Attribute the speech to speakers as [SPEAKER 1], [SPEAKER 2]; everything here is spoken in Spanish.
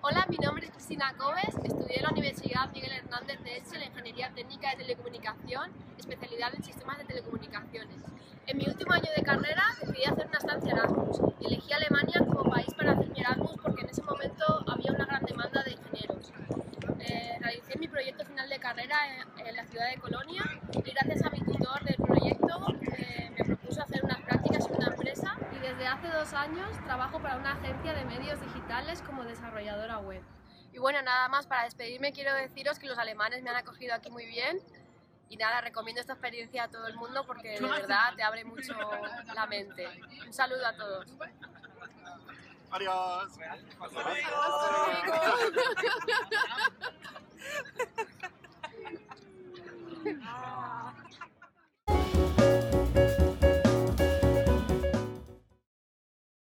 [SPEAKER 1] Hola, mi nombre es Cristina Cobes, estudié en la Universidad Miguel Hernández de Elche la Ingeniería Técnica de Telecomunicación, especialidad en sistemas de telecomunicaciones. En mi último año de carrera decidí hacer una estancia Erasmus y elegí Alemania como país para hacer mi Erasmus porque en ese momento había una gran demanda de ingenieros. Eh, realicé mi proyecto final de carrera en, en la ciudad de Colonia y gracias a mi tutor del proyecto eh, me propuso hacer unas prácticas en una empresa
[SPEAKER 2] y desde hace dos años trabajo para una agencia de medios digitales como desarrolladora web.
[SPEAKER 1] Y bueno, nada más, para despedirme quiero deciros que los alemanes me han acogido aquí muy bien y nada, recomiendo esta experiencia a todo el mundo porque de verdad te abre mucho la mente. Un saludo a todos.
[SPEAKER 3] Adiós.
[SPEAKER 4] Amigos.